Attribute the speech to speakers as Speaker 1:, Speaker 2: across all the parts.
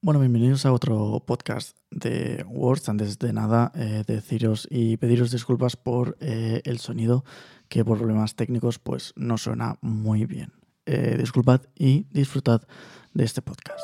Speaker 1: Bueno, bienvenidos a otro podcast de Words. Antes de nada, eh, deciros y pediros disculpas por eh, el sonido, que por problemas técnicos pues no suena muy bien. Eh, disculpad y disfrutad de este podcast.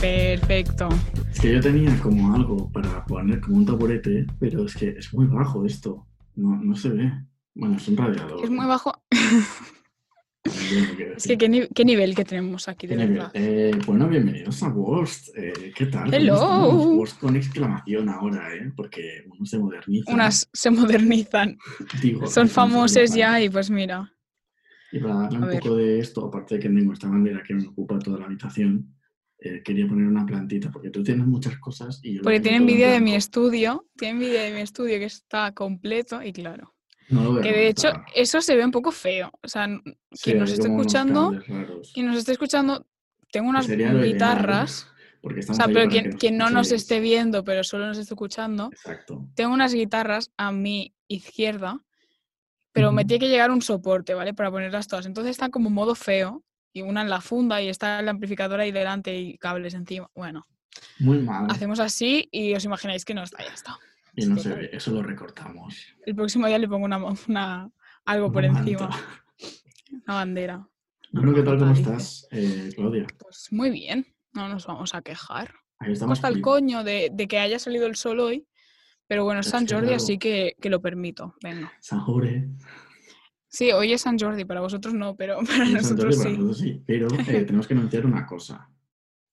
Speaker 2: Perfecto.
Speaker 3: Es que yo tenía como algo para poner como un taburete, pero es que es muy bajo esto. No, no se ve. Bueno, es un radiador.
Speaker 2: Es muy bajo. Es que
Speaker 3: ¿qué,
Speaker 2: qué, ni- qué nivel que tenemos aquí, de
Speaker 3: nivel?
Speaker 2: verdad.
Speaker 3: Eh, bueno, bienvenidos a Worst. Eh, ¿Qué tal? ¿Cómo
Speaker 2: Hello.
Speaker 3: estamos? Worst con exclamación ahora, ¿eh? Porque uno se moderniza.
Speaker 2: Unas se modernizan,
Speaker 3: Digo,
Speaker 2: son
Speaker 3: uno se
Speaker 2: famosos
Speaker 3: moderniza.
Speaker 2: ya y pues mira.
Speaker 3: Y para darle un
Speaker 2: A ver.
Speaker 3: poco de esto, aparte de que tengo esta bandera que me ocupa toda la habitación, eh, quería poner una plantita, porque tú tienes muchas cosas y yo... lo
Speaker 2: Porque
Speaker 3: tengo
Speaker 2: tiene
Speaker 3: todo en
Speaker 2: envidia de mi
Speaker 3: blanco.
Speaker 2: estudio, tiene envidia de mi estudio que está completo y claro.
Speaker 3: No lo veo,
Speaker 2: Que de hecho
Speaker 3: está.
Speaker 2: eso se ve un poco feo. O sea, n-
Speaker 3: Sí,
Speaker 2: quien nos
Speaker 3: hay
Speaker 2: esté
Speaker 3: como unos
Speaker 2: escuchando,
Speaker 3: cables raros.
Speaker 2: quien nos esté escuchando, tengo unas
Speaker 3: sería lo ideal,
Speaker 2: guitarras.
Speaker 3: Porque
Speaker 2: O
Speaker 3: estamos
Speaker 2: sea,
Speaker 3: ahí
Speaker 2: pero
Speaker 3: para que
Speaker 2: quien, quien no nos
Speaker 3: escuchéis.
Speaker 2: esté viendo, pero solo nos esté escuchando,
Speaker 3: Exacto.
Speaker 2: tengo unas guitarras a mi izquierda, pero me
Speaker 3: Ujú.
Speaker 2: tiene que llegar un soporte, ¿vale? Para ponerlas todas. Entonces está como modo feo, y una en la funda, y está el amplificador ahí delante y cables encima. Bueno,
Speaker 3: Muy mal.
Speaker 2: hacemos así y os imagináis que no está, ya está.
Speaker 3: Y no se ve, eso lo recortamos.
Speaker 2: El próximo día le pongo una, mo- una- algo por
Speaker 3: Una
Speaker 2: encima,
Speaker 3: manta.
Speaker 2: una bandera.
Speaker 3: Bueno, ¿qué tal? ¿Cómo
Speaker 2: Vale.
Speaker 3: estás, eh, Claudia?
Speaker 2: Pues muy bien, no nos vamos a quejar.
Speaker 3: Ahí
Speaker 2: Me
Speaker 3: estamos.
Speaker 2: cuesta el
Speaker 3: flip-
Speaker 2: coño de, de que haya salido el sol hoy, pero bueno, es
Speaker 3: Es
Speaker 2: San
Speaker 3: que,
Speaker 2: Jordi,
Speaker 3: claro.
Speaker 2: así que, que lo permito. Venga.
Speaker 3: Sajore.
Speaker 2: Sí, hoy es San Jordi, para vosotros no, pero para
Speaker 3: San Jordi,
Speaker 2: nosotros
Speaker 3: para
Speaker 2: sí.
Speaker 3: nosotros sí. Pero eh, tenemos que anunciar una cosa.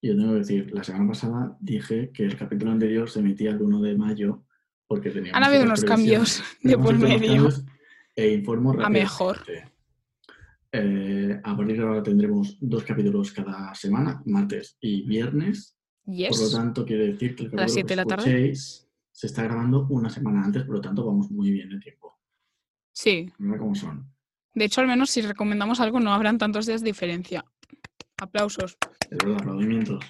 Speaker 3: Yo tengo que decir, la semana pasada dije que el capítulo anterior se emitía el 1 de mayo porque teníamos.
Speaker 2: Han habido
Speaker 3: otras
Speaker 2: unos
Speaker 3: previsiones.
Speaker 2: cambios de
Speaker 3: Hemos
Speaker 2: por
Speaker 3: hecho unos
Speaker 2: medio.
Speaker 3: cambios E informo
Speaker 2: A
Speaker 3: rápidamente.
Speaker 2: mejor.
Speaker 3: Eh, a partir de ahora tendremos dos capítulos cada semana, martes y viernes. Por lo
Speaker 2: Yes.
Speaker 3: tanto, quiere decir que el
Speaker 2: las
Speaker 3: capítulo
Speaker 2: siete
Speaker 3: que
Speaker 2: de la tarde.
Speaker 3: escuchéis se está grabando una semana antes, por lo tanto vamos muy bien de tiempo.
Speaker 2: Sí.
Speaker 3: Mira cómo son.
Speaker 2: De hecho, al menos si recomendamos algo, no habrán tantos días de diferencia. Aplausos.
Speaker 3: De verdad, aplaudimientos.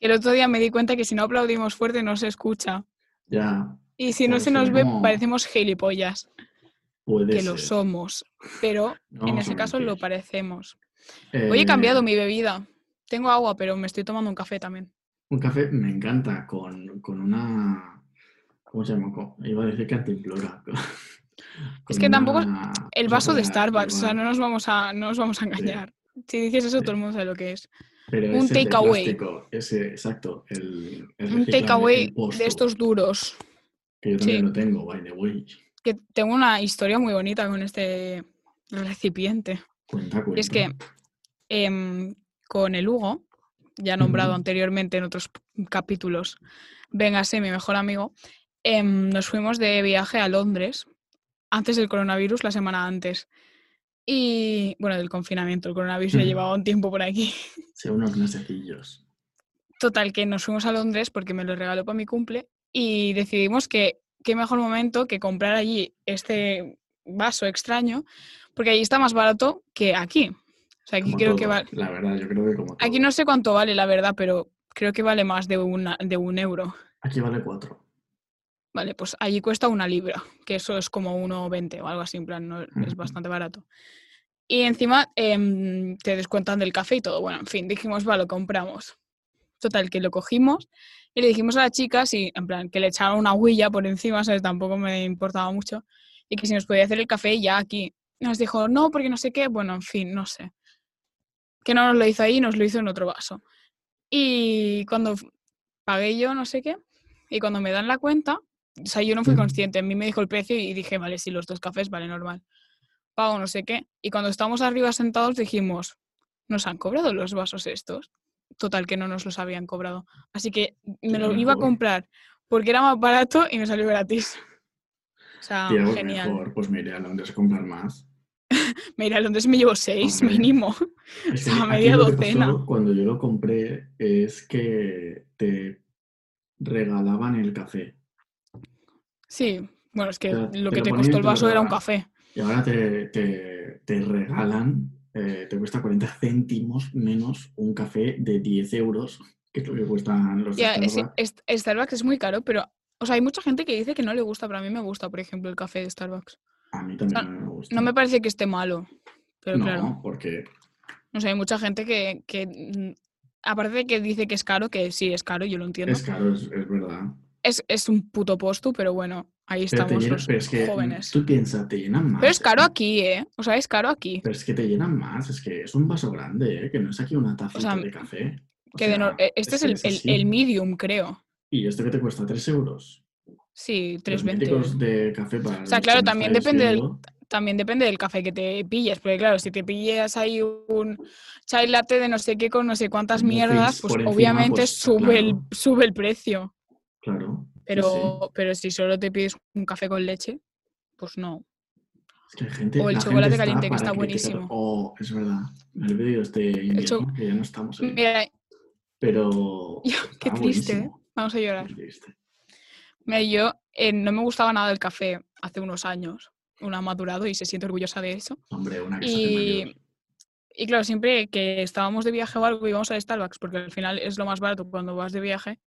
Speaker 2: El otro día me di cuenta que si no aplaudimos fuerte no se escucha.
Speaker 3: Ya
Speaker 2: Y si no
Speaker 3: Pues
Speaker 2: se nos ve,
Speaker 3: no.
Speaker 2: parecemos gilipollas,
Speaker 3: puede
Speaker 2: que lo
Speaker 3: ser.
Speaker 2: somos. Pero
Speaker 3: No
Speaker 2: en
Speaker 3: vamos
Speaker 2: ese
Speaker 3: a
Speaker 2: caso lo
Speaker 3: mentir.
Speaker 2: parecemos. Hoy he
Speaker 3: Eh,
Speaker 2: cambiado mi bebida. Tengo agua, pero me estoy tomando un café también.
Speaker 3: Un café me encanta con, con una. ¿Cómo se llama? Con- iba a decir que antiplora.
Speaker 2: que tampoco-
Speaker 3: Pues
Speaker 2: El vaso de Starbucks, o sea, no nos vamos a, no nos vamos a
Speaker 3: Sí.
Speaker 2: engañar. Si dices eso,
Speaker 3: Sí.
Speaker 2: todo el mundo sabe lo que es.
Speaker 3: Pero
Speaker 2: un
Speaker 3: es el de
Speaker 2: takeaway.
Speaker 3: plástico, Ese, exacto. El, el
Speaker 2: un
Speaker 3: reciclable,
Speaker 2: takeaway
Speaker 3: el posto,
Speaker 2: de estos duros.
Speaker 3: Que yo también
Speaker 2: sí.
Speaker 3: lo tengo, by the way.
Speaker 2: Que tengo una historia muy bonita con este recipiente.
Speaker 3: Cuenta, cuenta.
Speaker 2: Y es que em, con el Hugo, ya nombrado
Speaker 3: Ujú.
Speaker 2: anteriormente en otros p- capítulos, véngase mi mejor amigo, em, nos fuimos de viaje a Londres antes del coronavirus, la semana antes. Y bueno, del confinamiento, el coronavirus ya
Speaker 3: Ujú.
Speaker 2: llevaba un tiempo por aquí.
Speaker 3: Sí, unos mesecillos.
Speaker 2: Total, que nos fuimos a Londres porque me lo regaló para mi cumple y decidimos que qué mejor momento que comprar allí este vaso extraño, porque allí está más barato que aquí. O sea, aquí
Speaker 3: Como
Speaker 2: creo que
Speaker 3: todo,
Speaker 2: va-
Speaker 3: La verdad, yo creo que como
Speaker 2: Aquí
Speaker 3: todo.
Speaker 2: no sé cuánto vale, la verdad, pero creo que vale más de, una, de un euro.
Speaker 3: Aquí vale 4.
Speaker 2: Vale, pues allí cuesta una libra, que eso es como 1,20 o algo así, en plan, no, es
Speaker 3: Ujú.
Speaker 2: bastante barato. Y encima em, te descuentan del café y todo. Bueno, en fin, dijimos, va, lo compramos. Total, que lo cogimos y le dijimos a la chica, si, en plan, que le echara una huilla por encima, ¿sabes? Tampoco me importaba mucho. Y que si nos podía hacer el café ya aquí. Nos dijo, no, porque no sé qué. Bueno, en fin, no sé. Que no nos lo hizo ahí, nos lo hizo en otro vaso. Y cuando f- pagué yo, no sé qué, y cuando me dan la cuenta, o sea, yo no fui
Speaker 3: Ujú.
Speaker 2: consciente. A mí me dijo el precio y dije, vale, sí, los dos cafés, vale, normal. Pago no sé qué. Y cuando estábamos arriba sentados dijimos, ¿nos han cobrado los vasos estos? Total, que no nos los habían cobrado. Así que me
Speaker 3: Tía,
Speaker 2: lo iba a
Speaker 3: mejor.
Speaker 2: comprar porque era más barato y me salió gratis. O sea,
Speaker 3: Tía, pues
Speaker 2: Ah, genial.
Speaker 3: mejor, pues me iré a Londres a comprar más.
Speaker 2: Me iré a Londres y me llevo seis
Speaker 3: Hombre.
Speaker 2: mínimo.
Speaker 3: Es
Speaker 2: O sea,
Speaker 3: aquí
Speaker 2: media
Speaker 3: lo que
Speaker 2: docena.
Speaker 3: pasó cuando yo lo compré es que te regalaban el café.
Speaker 2: Sí, bueno, es que
Speaker 3: Te lo-
Speaker 2: lo
Speaker 3: te
Speaker 2: que
Speaker 3: lo
Speaker 2: te
Speaker 3: ponían y
Speaker 2: costó el
Speaker 3: te lo
Speaker 2: vaso era un
Speaker 3: daban.
Speaker 2: café.
Speaker 3: Y ahora te, te- te regalan, eh, te cuesta 40 céntimos menos un café de 10 euros, que es lo que cuestan los
Speaker 2: Ya, es-
Speaker 3: Starbucks.
Speaker 2: es- Starbucks es muy caro, pero. O sea, hay mucha gente que dice que no le gusta, pero a mí me gusta, por ejemplo, el café de Starbucks.
Speaker 3: A mí también me gusta.
Speaker 2: No me parece que esté malo, pero
Speaker 3: No,
Speaker 2: claro.
Speaker 3: porque
Speaker 2: No sé, hay mucha gente que, que, mm, aparte de que dice que es caro, que sí es caro, yo lo entiendo.
Speaker 3: es
Speaker 2: Es,
Speaker 3: caro, es, es verdad.
Speaker 2: es, un puto postu, pero bueno, ahí
Speaker 3: Pero, te
Speaker 2: estamos
Speaker 3: llena-
Speaker 2: los
Speaker 3: pero es que mm,
Speaker 2: jóvenes.
Speaker 3: tú piensas, te llenan más.
Speaker 2: Pero es caro aquí, ¿eh? O sea, es caro aquí.
Speaker 3: Pero es que te llenan más, es que es un vaso grande, ¿eh? que no es aquí una taza
Speaker 2: sea,
Speaker 3: de café. O
Speaker 2: Que de
Speaker 3: sea,
Speaker 2: no- eh, este es,
Speaker 3: que
Speaker 2: el, el-
Speaker 3: así.
Speaker 2: el medium, creo.
Speaker 3: Y esto que te cuesta 3 euros.
Speaker 2: Sí,
Speaker 3: Los
Speaker 2: 320.
Speaker 3: míticos de café para.
Speaker 2: O sea,
Speaker 3: los que
Speaker 2: claro,
Speaker 3: me
Speaker 2: también
Speaker 3: estáis
Speaker 2: depende del-
Speaker 3: viendo,
Speaker 2: También depende del café que te pilles, porque claro, si te pillas ahí un chai latte de no sé qué con no sé cuántas
Speaker 3: Un muffins
Speaker 2: mierdas, pues
Speaker 3: por encima,
Speaker 2: obviamente
Speaker 3: pues,
Speaker 2: sube,
Speaker 3: claro.
Speaker 2: el, sube el precio.
Speaker 3: Claro. sí,
Speaker 2: Pero,
Speaker 3: sí.
Speaker 2: pero si solo te pides un café con leche, pues no.
Speaker 3: Es que hay gente,
Speaker 2: o el
Speaker 3: la
Speaker 2: chocolate
Speaker 3: gente
Speaker 2: caliente, que
Speaker 3: para
Speaker 2: está
Speaker 3: criticar-
Speaker 2: buenísimo.
Speaker 3: Oh, es verdad. Me he pedido este
Speaker 2: cho-
Speaker 3: invierno, que ya no estamos ahí.
Speaker 2: Mira,
Speaker 3: Pero.
Speaker 2: Yo- qué
Speaker 3: está
Speaker 2: triste, ¿eh?
Speaker 3: buenísimo,
Speaker 2: vamos a llorar.
Speaker 3: qué triste.
Speaker 2: Mira, yo eh, no me gustaba nada el café hace unos años. Una ha madurado y se siente orgullosa de eso.
Speaker 3: Hombre, una que se hace mayor.
Speaker 2: Y, y claro, siempre que estábamos de viaje o algo íbamos al Starbucks, porque al final es lo más barato cuando vas de viaje.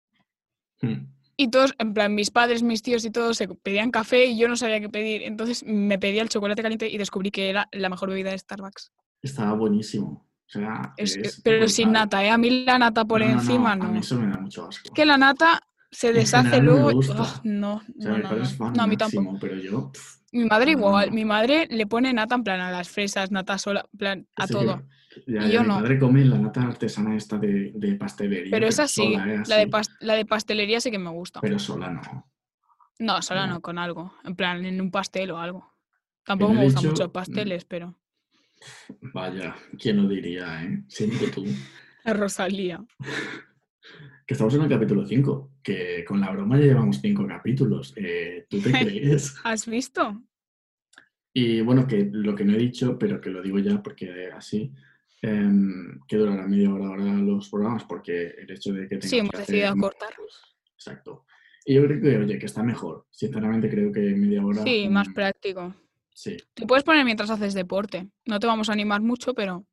Speaker 3: Mm.
Speaker 2: Y todos, en plan, mis padres, mis tíos y todos se pedían café y yo no sabía qué pedir. Entonces me pedía el chocolate caliente y descubrí que era la mejor bebida de Starbucks.
Speaker 3: Estaba buenísimo. O sea,
Speaker 2: Es-
Speaker 3: es
Speaker 2: pero sin
Speaker 3: brutal.
Speaker 2: nata, ¿eh? A mí la nata por
Speaker 3: No, no, no,
Speaker 2: encima no.
Speaker 3: A mí eso me da mucho asco.
Speaker 2: Que la nata se
Speaker 3: En
Speaker 2: deshace
Speaker 3: general no me
Speaker 2: luego. y-
Speaker 3: gusta.
Speaker 2: ugh, no,
Speaker 3: O sea,
Speaker 2: no,
Speaker 3: mi
Speaker 2: no,
Speaker 3: padre
Speaker 2: no.
Speaker 3: es fan
Speaker 2: No, a mí
Speaker 3: máximo,
Speaker 2: tampoco.
Speaker 3: pero yo. pff,
Speaker 2: Mi madre
Speaker 3: No, no,
Speaker 2: igual,
Speaker 3: no.
Speaker 2: mi madre le pone nata en plan a las fresas, nata sola, en plan a
Speaker 3: sí,
Speaker 2: todo.
Speaker 3: Ya, ya,
Speaker 2: Y yo
Speaker 3: mi
Speaker 2: no.
Speaker 3: padre come la nata artesana esta de, de pastelería.
Speaker 2: Pero esa sí,
Speaker 3: sola, ¿eh?
Speaker 2: la de,
Speaker 3: Así,
Speaker 2: pas- la de pastelería sí que me gusta.
Speaker 3: Pero sola no.
Speaker 2: no, sola
Speaker 3: no.
Speaker 2: no, con algo, en plan en un pastel o algo. Tampoco
Speaker 3: el
Speaker 2: me gustan
Speaker 3: hecho,
Speaker 2: mucho los
Speaker 3: mm,
Speaker 2: pasteles, pero
Speaker 3: Vaya, quién lo diría, ¿eh? Siento tú.
Speaker 2: la Rosalía.
Speaker 3: Que estamos en el capítulo 5, que con la broma ya llevamos 5 capítulos. eh, ¿Tú te crees?
Speaker 2: ¿Has visto?
Speaker 3: Y bueno, que lo que no he dicho, pero que lo digo ya porque así, em, que durará media hora ahora los programas, porque el hecho de que
Speaker 2: Sí,
Speaker 3: tengamos
Speaker 2: hemos
Speaker 3: que
Speaker 2: decidido cortar.
Speaker 3: pues, exacto. Y yo creo que, oye, que está mejor. Sinceramente creo que media hora...
Speaker 2: Sí, más
Speaker 3: mm,
Speaker 2: práctico.
Speaker 3: Sí,
Speaker 2: Te puedes poner mientras haces deporte. No te vamos a animar mucho, pero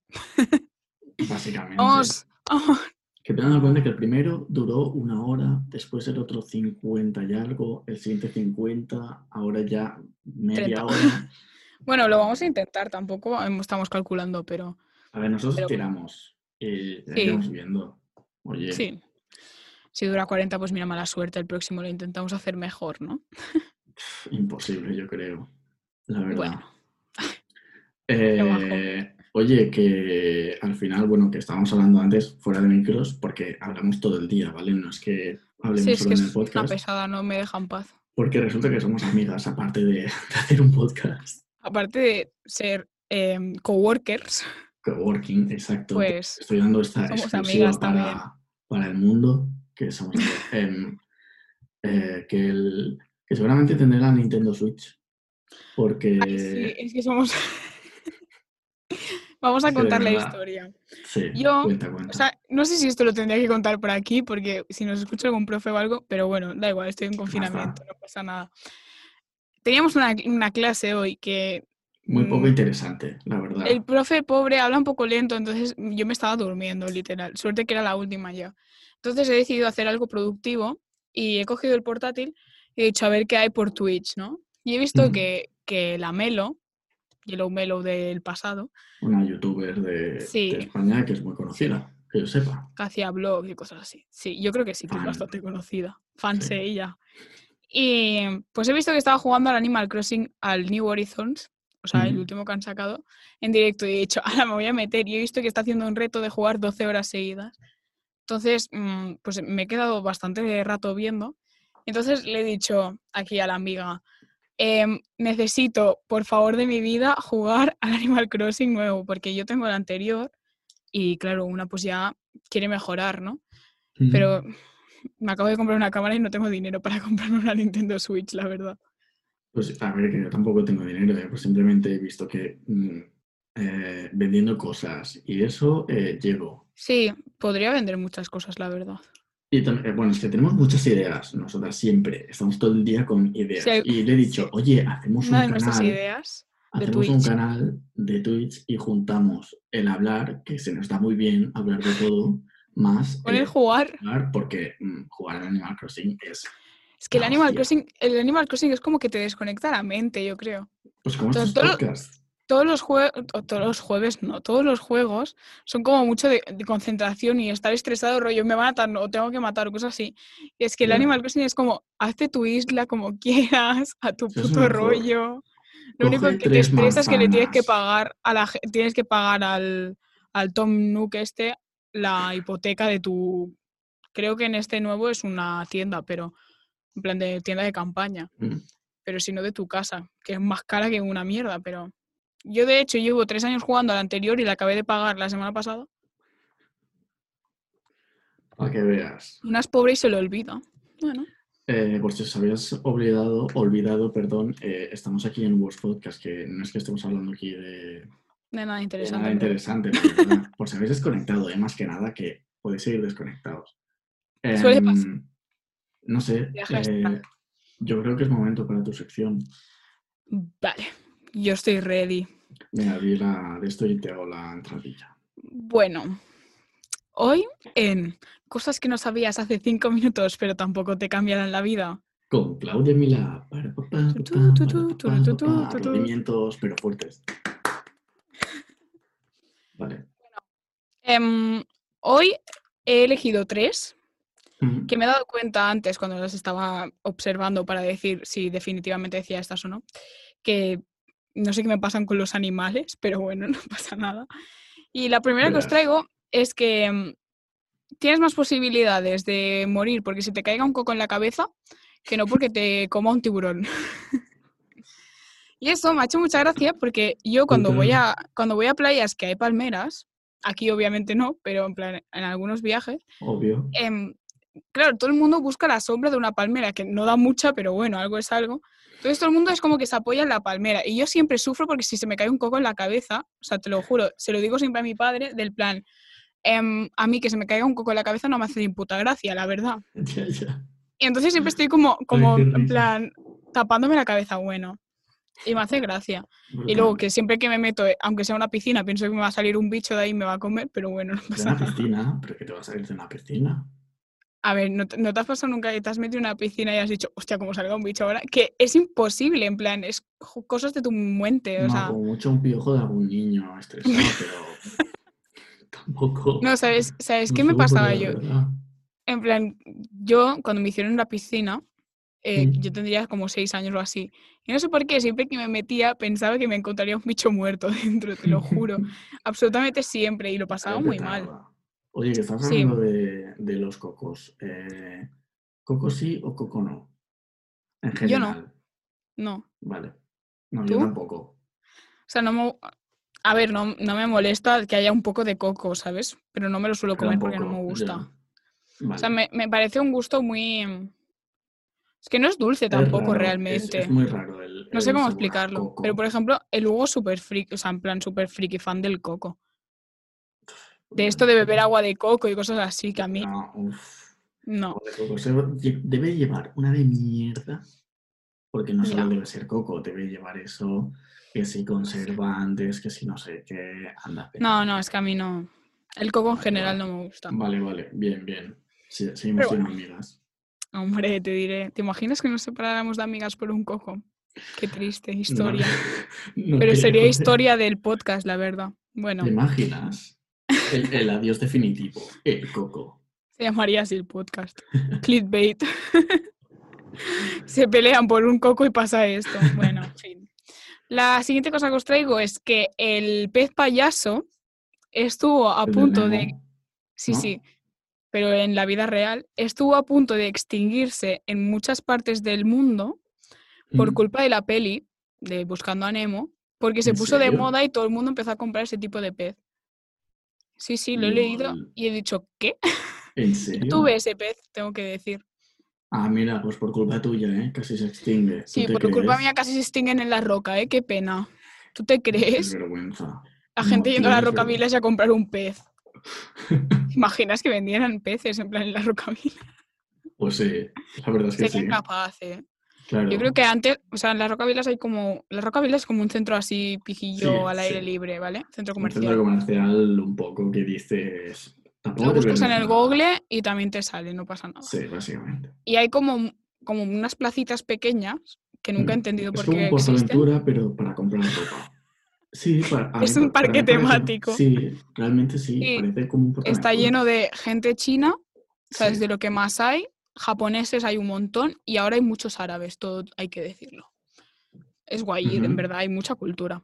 Speaker 3: básicamente.
Speaker 2: vamos. vamos.
Speaker 3: Que tengan en cuenta que el primero duró una hora, después el otro 50 y algo, el siguiente 50, ahora ya media
Speaker 2: 30.
Speaker 3: hora.
Speaker 2: Bueno, lo vamos a intentar, tampoco em- estamos calculando, pero
Speaker 3: A ver, nosotros
Speaker 2: Pero-
Speaker 3: tiramos y ya
Speaker 2: Sí.
Speaker 3: iremos viendo. Oye,
Speaker 2: sí. Si dura 40, pues mira, mala suerte. El próximo lo intentamos hacer mejor, ¿no?
Speaker 3: imposible, yo creo. La verdad.
Speaker 2: Bueno.
Speaker 3: Eh,
Speaker 2: bajo.
Speaker 3: oye, que al final, bueno, que estábamos hablando antes fuera de micros, porque hablamos todo el día, ¿vale? No es que hablemos
Speaker 2: Sí, es
Speaker 3: solo
Speaker 2: que
Speaker 3: en el
Speaker 2: es una
Speaker 3: podcast,
Speaker 2: pesada, no me deja en paz.
Speaker 3: porque resulta que somos amigas, aparte de, de hacer un podcast.
Speaker 2: Aparte de ser em, coworkers,
Speaker 3: Coworking, exacto.
Speaker 2: Pues,
Speaker 3: Estoy dando esta
Speaker 2: somos
Speaker 3: exclusiva
Speaker 2: amigas también.
Speaker 3: para, para el mundo, que somos amigas. Em, eh, que, el- que seguramente tendrá la Nintendo Switch, porque...
Speaker 2: ay, sí, es que somos... Vamos a
Speaker 3: es que de
Speaker 2: contar la
Speaker 3: verdad.
Speaker 2: historia.
Speaker 3: sí,
Speaker 2: yo,
Speaker 3: cuenta, cuenta.
Speaker 2: O sea, no sé si esto lo tendría que contar por aquí, porque si nos escucha algún profe o algo, pero bueno, da igual, estoy en confinamiento, no pasa nada. Teníamos una, una clase hoy que
Speaker 3: Muy poco
Speaker 2: mm,
Speaker 3: interesante, la verdad.
Speaker 2: el profe pobre habla un poco lento, entonces yo me estaba durmiendo, literal. Suerte que era la última ya. Entonces he decidido hacer algo productivo y he cogido el portátil y he dicho a ver qué hay por Twitch, ¿no? Y he visto
Speaker 3: Ujú.
Speaker 2: que, que la Melo, Yellow Melo del pasado,
Speaker 3: Una youtuber de,
Speaker 2: Sí.
Speaker 3: de España que es muy conocida, que yo sepa.
Speaker 2: que hacía blogs y cosas así. Sí, yo creo que sí, que es
Speaker 3: Fan.
Speaker 2: bastante conocida. Fan
Speaker 3: Sí.
Speaker 2: sé ella. Y pues he visto que estaba jugando al Animal Crossing, al New Horizons, o sea, el
Speaker 3: Ujú.
Speaker 2: último que han sacado, en directo. Y he dicho, ahora me voy a meter. Y he visto que está haciendo un reto de jugar 12 horas seguidas. Entonces, mm, pues me he quedado bastante rato viendo. Entonces le he dicho aquí a la amiga, "Em, necesito, por favor de mi vida, jugar al Animal Crossing nuevo, porque yo tengo el anterior y claro, una pues ya quiere mejorar, ¿no? Pero
Speaker 3: Mm.
Speaker 2: me acabo de comprar una cámara y no tengo dinero para comprarme una Nintendo Switch, la verdad.
Speaker 3: Pues a ver, que yo tampoco tengo dinero, eh, pues simplemente he visto que mm, eh, vendiendo cosas y eso eh, llego.
Speaker 2: Sí, podría vender muchas cosas, la verdad.
Speaker 3: Y tam- eh, bueno, es que tenemos muchas ideas, nosotras siempre, estamos todo el día con ideas.
Speaker 2: Sí,
Speaker 3: y le he dicho,
Speaker 2: sí.
Speaker 3: oye, hacemos
Speaker 2: Una de
Speaker 3: un
Speaker 2: nuestras
Speaker 3: canal,
Speaker 2: ideas. de
Speaker 3: hacemos un
Speaker 2: Twitch.
Speaker 3: canal de Twitch y juntamos el hablar, que se nos da muy bien hablar de todo, más
Speaker 2: Con el
Speaker 3: eh,
Speaker 2: jugar.
Speaker 3: jugar, porque mm, jugar al Animal Crossing es
Speaker 2: Es que el
Speaker 3: Ah,
Speaker 2: Animal,
Speaker 3: hostia.
Speaker 2: Crossing, el Animal Crossing es como que te desconecta la mente, yo creo.
Speaker 3: Pues como
Speaker 2: Todo-
Speaker 3: estos
Speaker 2: todo-
Speaker 3: podcasts.
Speaker 2: Todos los, jue- o todos los jueves, no, todos los juegos son como mucho de, de concentración y estar estresado, rollo, me matan o tengo que matar o cosas así. Y es que el
Speaker 3: Ya.
Speaker 2: Animal Crossing es como, hazte tu isla como quieras, a tu
Speaker 3: Eso es
Speaker 2: puto
Speaker 3: mejor.
Speaker 2: rollo. Lo único
Speaker 3: Coge
Speaker 2: que te
Speaker 3: tres
Speaker 2: estresa es que le tienes que
Speaker 3: manzanas.
Speaker 2: pagar a la ge- tienes que pagar al, al Tom Nook este la hipoteca de tu creo que en este nuevo es una tienda, pero en plan de tienda de campaña,
Speaker 3: Mm.
Speaker 2: pero si no de tu casa, que es más cara que una mierda, pero yo de hecho llevo tres años jugando al anterior y la acabé de pagar la semana pasada.
Speaker 3: Para que veas.
Speaker 2: Una es pobre y se lo olvida. Bueno,
Speaker 3: Eh, por si os habéis olvidado, olvidado, perdón, eh, estamos aquí en Worst Podcast, que no es que estemos hablando aquí de,
Speaker 2: no es nada
Speaker 3: de
Speaker 2: interesante.
Speaker 3: nada
Speaker 2: en realidad.
Speaker 3: interesante, la verdad. por si habéis desconectado, eh, más que nada, que podéis seguir desconectados.
Speaker 2: Suele pasar.
Speaker 3: Em, No sé,
Speaker 2: Viajes,
Speaker 3: eh,
Speaker 2: tal.
Speaker 3: yo creo que es momento para tu sección.
Speaker 2: Vale, yo estoy ready.
Speaker 3: Venga, abrí la de esto y te hago la entradilla.
Speaker 2: Bueno, hoy en cosas que no sabías hace cinco minutos, pero tampoco te cambiarán la vida.
Speaker 3: Con Claudia Milá. Para, pa, pa, pa,
Speaker 2: Tu, tu,
Speaker 3: para,
Speaker 2: tu,
Speaker 3: pa,
Speaker 2: tu,
Speaker 3: pa,
Speaker 2: tu,
Speaker 3: pa,
Speaker 2: tu,
Speaker 3: pa.
Speaker 2: tu, tu.
Speaker 3: Aplaudimientos, pero fuertes. Vale.
Speaker 2: Em, hoy he elegido tres
Speaker 3: Mm.
Speaker 2: que me he dado cuenta antes cuando las estaba observando para decir si definitivamente decía estas o no, que no sé qué me pasan con los animales, pero bueno, no pasa nada. Y la primera que os
Speaker 3: Verás.
Speaker 2: traigo es que em, tienes más posibilidades de morir porque se te caiga un coco en la cabeza que no porque te coma un tiburón. y eso me ha hecho mucha gracia porque yo cuando voy
Speaker 3: Total.
Speaker 2: a, cuando voy a playas que hay palmeras, aquí obviamente no, pero en, plan, en algunos viajes,
Speaker 3: Obvio.
Speaker 2: em, claro, todo el mundo busca la sombra de una palmera, que no da mucha, pero bueno, algo es algo. Entonces todo el mundo es como que se apoya en la palmera. Y yo siempre sufro porque si se me cae un coco en la cabeza, o sea, te lo juro, se lo digo siempre a mi padre, del plan, em, a mí que se me caiga un coco en la cabeza no me hace ni puta gracia, la verdad.
Speaker 3: Ya, ya.
Speaker 2: Y entonces siempre estoy como, como
Speaker 3: qué
Speaker 2: en
Speaker 3: risa.
Speaker 2: plan, tapándome la cabeza, bueno. Y me hace gracia. Y luego
Speaker 3: Brutal.
Speaker 2: que siempre que me meto, eh, aunque sea una piscina, pienso que me va a salir un bicho de ahí y me va a comer, pero bueno, no
Speaker 3: De
Speaker 2: pasa
Speaker 3: una
Speaker 2: nada.
Speaker 3: piscina, pero que te vas a ir de una piscina.
Speaker 2: A ver, ¿no te, no te has pasado nunca que te has metido en una piscina y has dicho, hostia, cómo salga un bicho ahora? Que es imposible, en plan, es jo- cosas de tu mente, o
Speaker 3: No,
Speaker 2: sea.
Speaker 3: como mucho un piojo de algún niño estresado, pero tampoco.
Speaker 2: No, ¿sabes, ¿sabes
Speaker 3: no
Speaker 2: qué me
Speaker 3: supo, la
Speaker 2: pasaba yo?
Speaker 3: verdad.
Speaker 2: En plan, yo cuando me hicieron la piscina, eh,
Speaker 3: Mm.
Speaker 2: yo tendría como seis años o así. Y no sé por qué, siempre que me metía pensaba que me encontraría un bicho muerto dentro, te lo juro. Absolutamente siempre, y lo pasaba
Speaker 3: Yo
Speaker 2: muy
Speaker 3: petaba.
Speaker 2: mal.
Speaker 3: Oye, que estás
Speaker 2: Sí.
Speaker 3: hablando de, de los cocos. Eh, ¿Coco sí o coco no? En
Speaker 2: Yo no.
Speaker 3: general.
Speaker 2: No.
Speaker 3: Vale. No,
Speaker 2: ¿Tú?
Speaker 3: yo tampoco.
Speaker 2: O sea, no me... A ver, no, no me molesta que haya un poco de coco, ¿sabes? Pero no me lo suelo
Speaker 3: Yo
Speaker 2: comer porque no me
Speaker 3: tampoco, ya.
Speaker 2: gusta.
Speaker 3: Vale.
Speaker 2: O sea, me, me parece un gusto muy... mm, Es que no es dulce
Speaker 3: Es
Speaker 2: tampoco
Speaker 3: raro, es-
Speaker 2: realmente.
Speaker 3: Es, muy raro el.
Speaker 2: no
Speaker 3: el
Speaker 2: sé
Speaker 3: sabor
Speaker 2: cómo
Speaker 3: a
Speaker 2: explicarlo.
Speaker 3: coco.
Speaker 2: Pero, por ejemplo, el Hugo es súper friki, o sea, en plan súper friki fan del coco. De esto de beber agua de coco y cosas así, que a mí
Speaker 3: No, uf.
Speaker 2: no.
Speaker 3: Pobre Coco, se- lle- Debe llevar una de mierda, porque no solo
Speaker 2: Ya.
Speaker 3: debe ser coco, debe llevar eso, que si conservantes, que si no sé qué, anda. peta.
Speaker 2: No, no, es que a mí no. El coco en
Speaker 3: Vale,
Speaker 2: general
Speaker 3: vale.
Speaker 2: no me gusta.
Speaker 3: Vale, vale, bien, bien. Sí, seguimos
Speaker 2: Pero
Speaker 3: siendo amigas.
Speaker 2: Hombre, te diré. ¿Te imaginas que nos separáramos de amigas por un coco? Qué triste historia.
Speaker 3: No, no
Speaker 2: Pero
Speaker 3: creo,
Speaker 2: sería
Speaker 3: ¿eh?
Speaker 2: historia del podcast, la verdad. Bueno,
Speaker 3: ¿Te imaginas? El, el adiós definitivo, el coco.
Speaker 2: se llamaría así el podcast. Clickbait. se pelean por un coco y pasa esto. Bueno, en fin. La siguiente cosa que os traigo es que el pez payaso estuvo a
Speaker 3: El del
Speaker 2: punto de...
Speaker 3: Nemo.
Speaker 2: Sí,
Speaker 3: ¿no?
Speaker 2: sí, pero en la vida real estuvo a punto de extinguirse en muchas partes del mundo por
Speaker 3: Mm,
Speaker 2: culpa de la peli de Buscando a Nemo, porque se
Speaker 3: ¿En
Speaker 2: puso de
Speaker 3: serio?
Speaker 2: moda y todo el mundo empezó a comprar ese tipo de pez. Sí, sí, lo he leído
Speaker 3: Lol.
Speaker 2: y he dicho, ¿qué?
Speaker 3: ¿En serio?
Speaker 2: Tuve ese eh, pez, tengo que decir.
Speaker 3: Ah, mira, pues por culpa tuya, ¿eh? Casi se extingue. ¿Tú
Speaker 2: Sí,
Speaker 3: te
Speaker 2: por culpa
Speaker 3: crees?
Speaker 2: mía casi se extinguen en la roca, ¿eh? Qué pena. ¿Tú te crees?
Speaker 3: vergüenza.
Speaker 2: La gente
Speaker 3: No,
Speaker 2: yendo a la
Speaker 3: tienes
Speaker 2: Rocavilas a comprar un pez. ¿Te imaginas que vendieran peces en plan en la Rocavilas?
Speaker 3: Pues sí, la verdad es que
Speaker 2: Sería
Speaker 3: sí.
Speaker 2: incapaz, ¿eh?
Speaker 3: Claro.
Speaker 2: Yo creo que antes, o sea, en las Rocavilas hay como. La Rocavila es como un centro así pijillo
Speaker 3: Sí,
Speaker 2: al aire
Speaker 3: sí.
Speaker 2: libre, ¿vale? Centro
Speaker 3: un
Speaker 2: comercial.
Speaker 3: centro comercial un poco que dices. Tampoco
Speaker 2: Lo
Speaker 3: te
Speaker 2: buscas en
Speaker 3: pierdes
Speaker 2: el
Speaker 3: nada.
Speaker 2: Google y también te sale, no pasa nada.
Speaker 3: Sí, básicamente.
Speaker 2: Y hay como. como unas placitas pequeñas que nunca he entendido
Speaker 3: Mm. Es
Speaker 2: por
Speaker 3: como
Speaker 2: qué
Speaker 3: un
Speaker 2: existen.
Speaker 3: Portaventura, pero para comprar ropa. Sí, para- a
Speaker 2: Es
Speaker 3: mí
Speaker 2: un
Speaker 3: pa-
Speaker 2: parque
Speaker 3: para mí parece-
Speaker 2: temático.
Speaker 3: Sí, realmente sí,
Speaker 2: Sí,
Speaker 3: parece como un
Speaker 2: Está
Speaker 3: Portaventura.
Speaker 2: lleno de gente china, ¿sabes?
Speaker 3: Sí.
Speaker 2: De lo que más hay. Japoneses hay un montón y ahora hay muchos árabes, todo hay que decirlo. Es guay, en
Speaker 3: Ujú.
Speaker 2: verdad hay mucha cultura.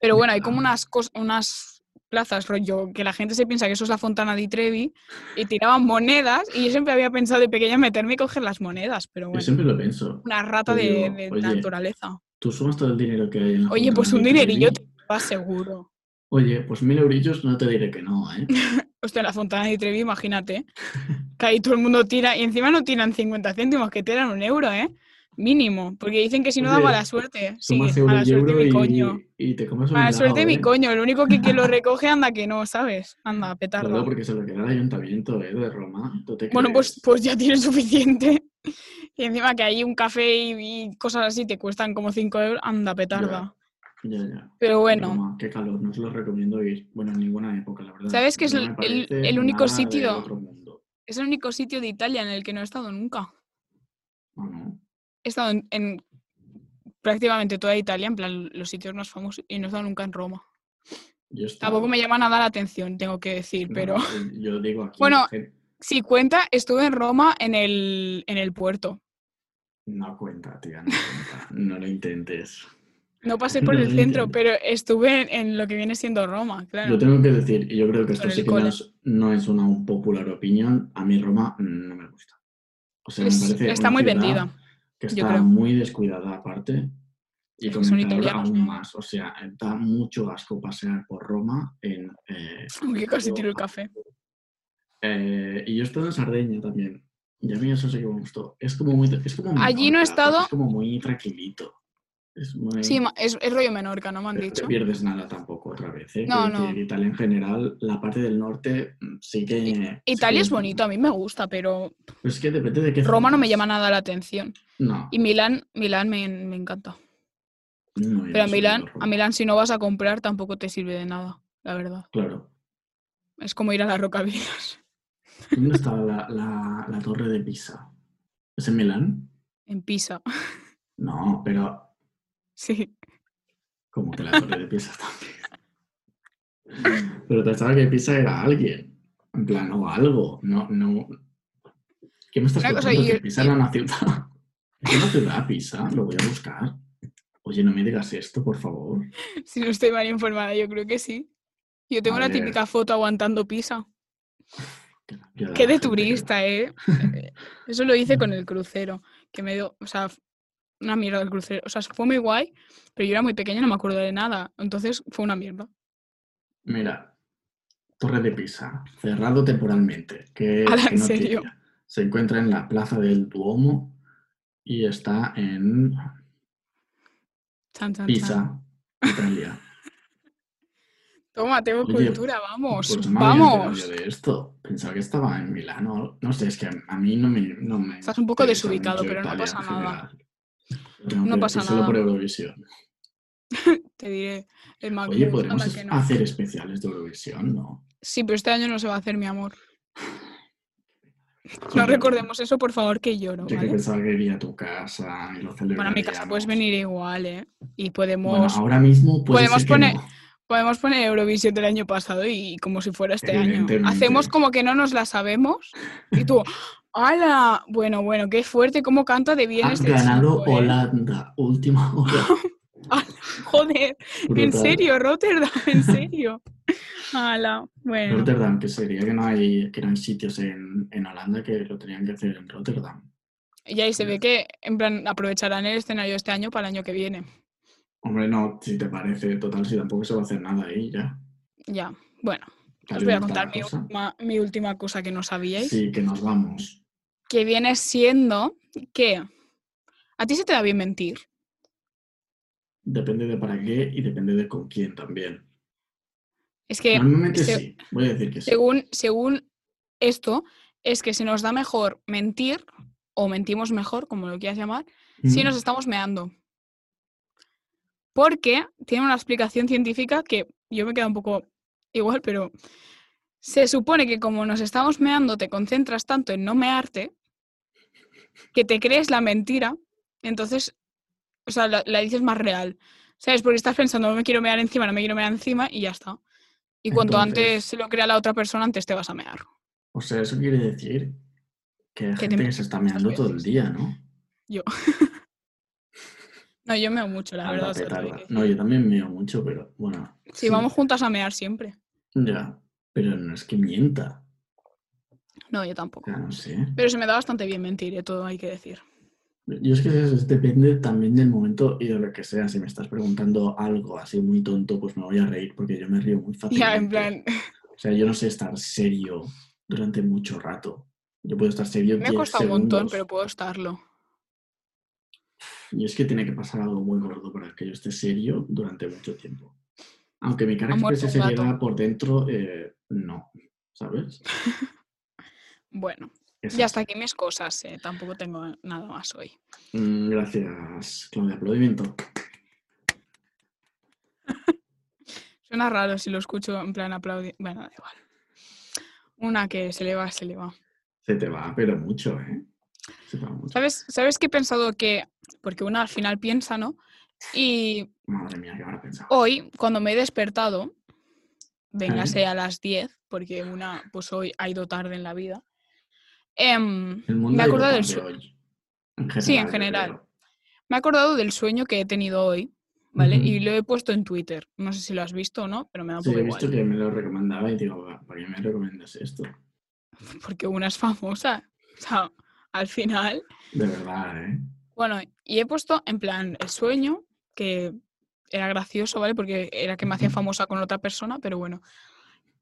Speaker 2: Pero bueno, hay como
Speaker 3: Claro.
Speaker 2: unas, cos- unas plazas, rollo, que la gente se piensa que eso es la Fontana di Trevi y tiraban monedas y yo siempre había pensado de pequeña meterme y coger las monedas, pero
Speaker 3: Yo
Speaker 2: bueno,
Speaker 3: siempre lo pienso.
Speaker 2: una rata
Speaker 3: yo
Speaker 2: de,
Speaker 3: digo, "Oye,
Speaker 2: de naturaleza.
Speaker 3: Tú sumas todo el dinero que hay en la
Speaker 2: Oye,
Speaker 3: Fontana
Speaker 2: pues un
Speaker 3: de Trevi.
Speaker 2: dinerillo te vas seguro.
Speaker 3: Oye, pues mil eurillos no te diré que no, ¿eh?
Speaker 2: Hostia, la Fontana de Trevi, imagínate. Que ahí todo el mundo tira. Y encima no tiran 50 céntimos, que tiran un euro, ¿eh? Mínimo. Porque dicen que si no da
Speaker 3: Oye,
Speaker 2: mala suerte. Sí,
Speaker 3: Sumas euro
Speaker 2: mala
Speaker 3: y
Speaker 2: suerte
Speaker 3: euro
Speaker 2: mi
Speaker 3: y-
Speaker 2: coño.
Speaker 3: y te comes un
Speaker 2: Mala
Speaker 3: helado,
Speaker 2: suerte mi
Speaker 3: ¿eh?
Speaker 2: coño. El único que quien lo recoge anda que no, ¿sabes? Anda,
Speaker 3: Claro,
Speaker 2: petardo.
Speaker 3: porque se lo queda el ayuntamiento ¿eh? de Roma. ¿Tú te
Speaker 2: Bueno, pues,
Speaker 3: crees?
Speaker 2: pues ya tienes suficiente. Y encima que ahí un café y, y cosas así te cuestan como 5 euros, anda, petarda.
Speaker 3: Ya, ya.
Speaker 2: Pero bueno.
Speaker 3: Roma, qué calor, no os lo recomiendo ir. Bueno, en ninguna época, la verdad.
Speaker 2: ¿Sabes qué es
Speaker 3: No
Speaker 2: el-
Speaker 3: me
Speaker 2: el-
Speaker 3: parece
Speaker 2: el único
Speaker 3: nada del
Speaker 2: sitio?
Speaker 3: otro mundo.
Speaker 2: Es el único sitio de Italia en el que no he estado nunca.
Speaker 3: ¿O Ah, no?
Speaker 2: He estado en, en prácticamente toda Italia, en plan los sitios más famosos, y no he estado nunca en Roma.
Speaker 3: Yo he estado-
Speaker 2: Tampoco me llama nada la atención, tengo que decir,
Speaker 3: no, eh,
Speaker 2: pero
Speaker 3: Yo digo aquí.
Speaker 2: Bueno.
Speaker 3: que
Speaker 2: si cuenta, estuve en Roma en el, en el puerto.
Speaker 3: No cuenta, tía, no cuenta. No lo intentes.
Speaker 2: No pasé por
Speaker 3: No,
Speaker 2: el
Speaker 3: no
Speaker 2: centro,
Speaker 3: entiendo.
Speaker 2: pero estuve en, en lo que viene siendo Roma, claro.
Speaker 3: Yo tengo que decir, y yo creo que esto
Speaker 2: Con el
Speaker 3: sí que no
Speaker 2: cole.
Speaker 3: es, no es una popular opinión, a mí Roma no me gusta. O sea, me
Speaker 2: Es-
Speaker 3: parece
Speaker 2: está
Speaker 3: una
Speaker 2: muy
Speaker 3: ciudad
Speaker 2: vendida.
Speaker 3: que
Speaker 2: yo
Speaker 3: está
Speaker 2: creo.
Speaker 3: muy descuidada aparte y
Speaker 2: Es
Speaker 3: con
Speaker 2: que son
Speaker 3: el calor
Speaker 2: italianos,
Speaker 3: aún
Speaker 2: ¿no?
Speaker 3: más. O sea, da mucho asco pasear por Roma en... eh,
Speaker 2: Aunque casi tiro el café.
Speaker 3: eh, y yo he estado en Sardeña también. Y a mí eso sí que me gustó. Es como muy... Es como muy
Speaker 2: Allí no he
Speaker 3: corta, porque
Speaker 2: estado-
Speaker 3: Es como muy tranquilito. Es muy...
Speaker 2: Sí, ma- es, es rollo Menorca, ¿no me han
Speaker 3: Pero No
Speaker 2: dicho?
Speaker 3: te pierdes nada tampoco otra vez. ¿eh?
Speaker 2: No,
Speaker 3: Quiero
Speaker 2: no.
Speaker 3: decir, Italia en general, la parte del norte mm, sí que. sí que
Speaker 2: Italia es bonito, a mí me gusta, pero
Speaker 3: Pero es que depende de qué.
Speaker 2: Roma no me
Speaker 3: zonas.
Speaker 2: llama nada la atención.
Speaker 3: No.
Speaker 2: Y Milán, Milán me, me encanta.
Speaker 3: no, yo
Speaker 2: Pero a
Speaker 3: no soy
Speaker 2: Milán,
Speaker 3: de Roma.
Speaker 2: a Milán si no vas a comprar tampoco te sirve de nada, la verdad.
Speaker 3: Claro.
Speaker 2: Es como ir a las rocabillas
Speaker 3: ¿Dónde está la, la- la torre de Pisa? ¿Es en Milán?
Speaker 2: en Pisa.
Speaker 3: No, pero
Speaker 2: Sí.
Speaker 3: como que la torre de Pisa también. Pero pensaba que Pisa era alguien. En plan, o algo. No, no. ¿Qué me estás
Speaker 2: Una cosa,
Speaker 3: contando?
Speaker 2: yo-
Speaker 3: ¿Que Pisa era una ciudad? ¿Es una ciudad Pisa? Lo voy a buscar. Oye, no me digas esto, por favor.
Speaker 2: Si no estoy mal informada, yo creo que sí. Yo tengo
Speaker 3: A
Speaker 2: la
Speaker 3: ver.
Speaker 2: típica foto aguantando Pisa.
Speaker 3: Ya la
Speaker 2: Qué de
Speaker 3: gente
Speaker 2: turista, ¿eh? Eh, Eso lo hice con el crucero, que me dio, o sea, f- una mierda el crucero. O sea, fue muy guay, pero yo era muy pequeña y no me acuerdo de nada. Entonces fue una mierda.
Speaker 3: que- Mira, Torre de Pisa, cerrado temporalmente. Que,
Speaker 2: Ala,
Speaker 3: que
Speaker 2: ¿en
Speaker 3: no
Speaker 2: serio?
Speaker 3: tiene. Se encuentra en la plaza del Duomo y está en
Speaker 2: Chan, chan, chan.
Speaker 3: Pisa, Italia.
Speaker 2: Toma, tengo
Speaker 3: Oye,
Speaker 2: cultura, vamos.
Speaker 3: Pues no me había
Speaker 2: vamos.
Speaker 3: enterado yo de esto. Pensaba que estaba en Milano. No sé, es que a mí no me. No me
Speaker 2: Estás un poco
Speaker 3: interesa
Speaker 2: desubicado,
Speaker 3: mucho
Speaker 2: pero no
Speaker 3: Italia en
Speaker 2: pasa nada.
Speaker 3: general. Lo tengo
Speaker 2: No
Speaker 3: que
Speaker 2: pasa
Speaker 3: decir Solo
Speaker 2: nada.
Speaker 3: por Eurovisión.
Speaker 2: Te diré. El Macron,
Speaker 3: Oye,
Speaker 2: anda
Speaker 3: podremos
Speaker 2: que
Speaker 3: es-
Speaker 2: no.
Speaker 3: hacer especiales de Eurovisión, ¿no?
Speaker 2: Sí, pero este año no se va a hacer, mi amor. No recordemos eso, por favor, que lloro,
Speaker 3: Yo que
Speaker 2: ¿vale?
Speaker 3: pensaba que iría a tu casa y lo
Speaker 2: Bueno, pues a mi casa puedes
Speaker 3: celebraríamos.
Speaker 2: venir igual, ¿eh? Y
Speaker 3: Bueno,
Speaker 2: podemos,
Speaker 3: ahora mismo puede
Speaker 2: podemos
Speaker 3: ser que
Speaker 2: poner-
Speaker 3: no.
Speaker 2: podemos poner Eurovisión del año pasado y como si fuera este año.
Speaker 3: Evidentemente.
Speaker 2: Hacemos como que no nos la sabemos y tú, ¡hala! Bueno, bueno, qué fuerte, cómo canta de bien
Speaker 3: Ha
Speaker 2: este
Speaker 3: ganado
Speaker 2: chico, ¿eh?
Speaker 3: Holanda, última hora.
Speaker 2: Joder, en
Speaker 3: Brutal.
Speaker 2: serio, Rotterdam, en serio. ¡Hala! Bueno,
Speaker 3: Rotterdam, que sería que no hay, que no hay sitios en, en Holanda que lo tenían que hacer en Rotterdam.
Speaker 2: y ahí se ve que, en plan, aprovecharán el escenario este año para el año que viene.
Speaker 3: Hombre, no, si te parece, total, si tampoco se va a hacer nada ahí ya.
Speaker 2: Ya, bueno,
Speaker 3: Tal
Speaker 2: os
Speaker 3: y
Speaker 2: voy a
Speaker 3: como está
Speaker 2: contar
Speaker 3: la
Speaker 2: mi
Speaker 3: cosa.
Speaker 2: última, mi última cosa que no sabíais.
Speaker 3: Sí, que nos vamos.
Speaker 2: que viene siendo que a ti se te da bien mentir.
Speaker 3: Depende de para qué y depende de con quién también.
Speaker 2: Es que
Speaker 3: Normalmente
Speaker 2: Eh, se-
Speaker 3: sí, voy a decir que sí.
Speaker 2: según, según esto, es que se nos da mejor mentir o mentimos mejor, como lo quieras llamar, si
Speaker 3: Mm.
Speaker 2: nos estamos meando. Porque tiene una explicación científica que yo me queda un poco igual, pero se supone que como nos estamos meando, te concentras tanto en no mearte que te crees la mentira, entonces, o sea, la, la dices más real. ¿Sabes? Porque estás pensando, no me quiero mear encima, no me quiero mear encima y ya está. Y cuanto
Speaker 3: Entonces-
Speaker 2: antes se lo crea la otra persona, antes te vas a mear.
Speaker 3: O sea, eso quiere decir que hay
Speaker 2: Que te
Speaker 3: gente que
Speaker 2: meas
Speaker 3: se está meando
Speaker 2: muchas
Speaker 3: todo el
Speaker 2: veces.
Speaker 3: día, ¿no?
Speaker 2: No, yo meo mucho, la
Speaker 3: Anda,
Speaker 2: verdad. o sea,
Speaker 3: petarda.
Speaker 2: que-
Speaker 3: No, yo también meo mucho, pero bueno.
Speaker 2: Si vamos juntas a mear siempre.
Speaker 3: Ya, pero no es que mienta.
Speaker 2: No, yo tampoco.
Speaker 3: Ya no sé.
Speaker 2: Pero se me da bastante bien mentir, eh, todo hay que decir.
Speaker 3: Yo es que eso es- depende también del momento y de lo que sea. Si me estás preguntando algo así muy tonto, pues me voy a reír porque yo me río muy fácil.
Speaker 2: Ya, en plan,
Speaker 3: O sea, yo no sé estar serio durante mucho rato. Yo puedo estar serio
Speaker 2: me
Speaker 3: 10
Speaker 2: ha costado un montón,
Speaker 3: segundos.
Speaker 2: pero puedo estarlo.
Speaker 3: Y es que tiene que pasar algo muy gordo para que yo esté serio durante mucho tiempo. Aunque mi cara
Speaker 2: Ha muerto
Speaker 3: exprese
Speaker 2: un gato.
Speaker 3: seriedad por dentro, eh, no. ¿Sabes?
Speaker 2: Bueno,
Speaker 3: Es
Speaker 2: ya
Speaker 3: así.
Speaker 2: hasta aquí mis cosas, eh, tampoco tengo nada más hoy.
Speaker 3: Mm, Gracias, Claudia. Aplaudimiento.
Speaker 2: Suena raro si lo escucho en plan aplaudir. Bueno, da igual. Una que se le va, se le va.
Speaker 3: Se te va, pero mucho, ¿eh? Se te va mucho.
Speaker 2: ¿Sabes, ¿Sabes qué he pensado que.? Porque una al final piensa, ¿no? Y
Speaker 3: Madre mía, qué habrá pensado.
Speaker 2: hoy, cuando me he despertado, véngase a las 10, porque una, pues hoy ha ido tarde en la vida. em,
Speaker 3: El mundo
Speaker 2: me he
Speaker 3: ha ido
Speaker 2: acordado del
Speaker 3: tarde
Speaker 2: su-
Speaker 3: hoy. En
Speaker 2: Sí, en
Speaker 3: yo
Speaker 2: general.
Speaker 3: creo.
Speaker 2: me he acordado del sueño que he tenido hoy, ¿vale?
Speaker 3: Ujú.
Speaker 2: Y lo he puesto en Twitter. No sé si lo has visto o no, pero me da un
Speaker 3: Sí,
Speaker 2: poco
Speaker 3: he
Speaker 2: igual.
Speaker 3: visto que me lo recomendaba y digo, "Va, ¿para qué me recomiendas esto?
Speaker 2: Porque una es famosa. O sea, al final.
Speaker 3: De verdad, ¿eh?
Speaker 2: Bueno, y he puesto en plan el sueño, que era gracioso, ¿vale? Porque era que me hacía
Speaker 3: Ujú.
Speaker 2: famosa con otra persona, pero bueno.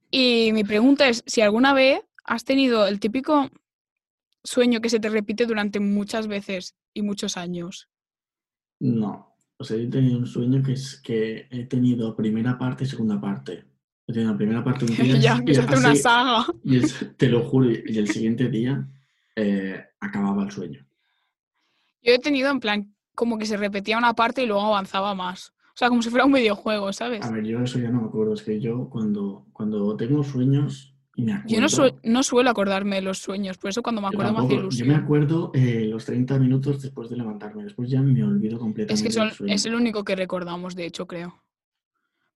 Speaker 2: Y mi pregunta es si alguna vez has tenido el típico sueño que se te repite durante muchas veces y muchos años.
Speaker 3: No. O sea, yo he tenido un sueño que es que he tenido primera parte y segunda parte. He tenido la primera parte un día
Speaker 2: ya, que
Speaker 3: y,
Speaker 2: se hace una
Speaker 3: así-
Speaker 2: saga.
Speaker 3: y es- te lo juro, y el siguiente día eh, acababa el sueño.
Speaker 2: Yo he tenido en plan como que se repetía una parte y luego avanzaba más. O sea, como si fuera un videojuego, ¿sabes?
Speaker 3: A ver, yo eso ya no me acuerdo. Es que yo cuando, cuando tengo sueños y me acuerdo...
Speaker 2: Yo no, sue- no suelo acordarme de los sueños, por eso cuando me
Speaker 3: Yo
Speaker 2: acuerdo me hace
Speaker 3: tampoco. Yo
Speaker 2: ilusión.
Speaker 3: me acuerdo eh, los 30 minutos después de levantarme. Después ya me olvido
Speaker 2: Es
Speaker 3: completamente
Speaker 2: que
Speaker 3: del
Speaker 2: son,
Speaker 3: sueño.
Speaker 2: es el único que recordamos, de hecho, creo.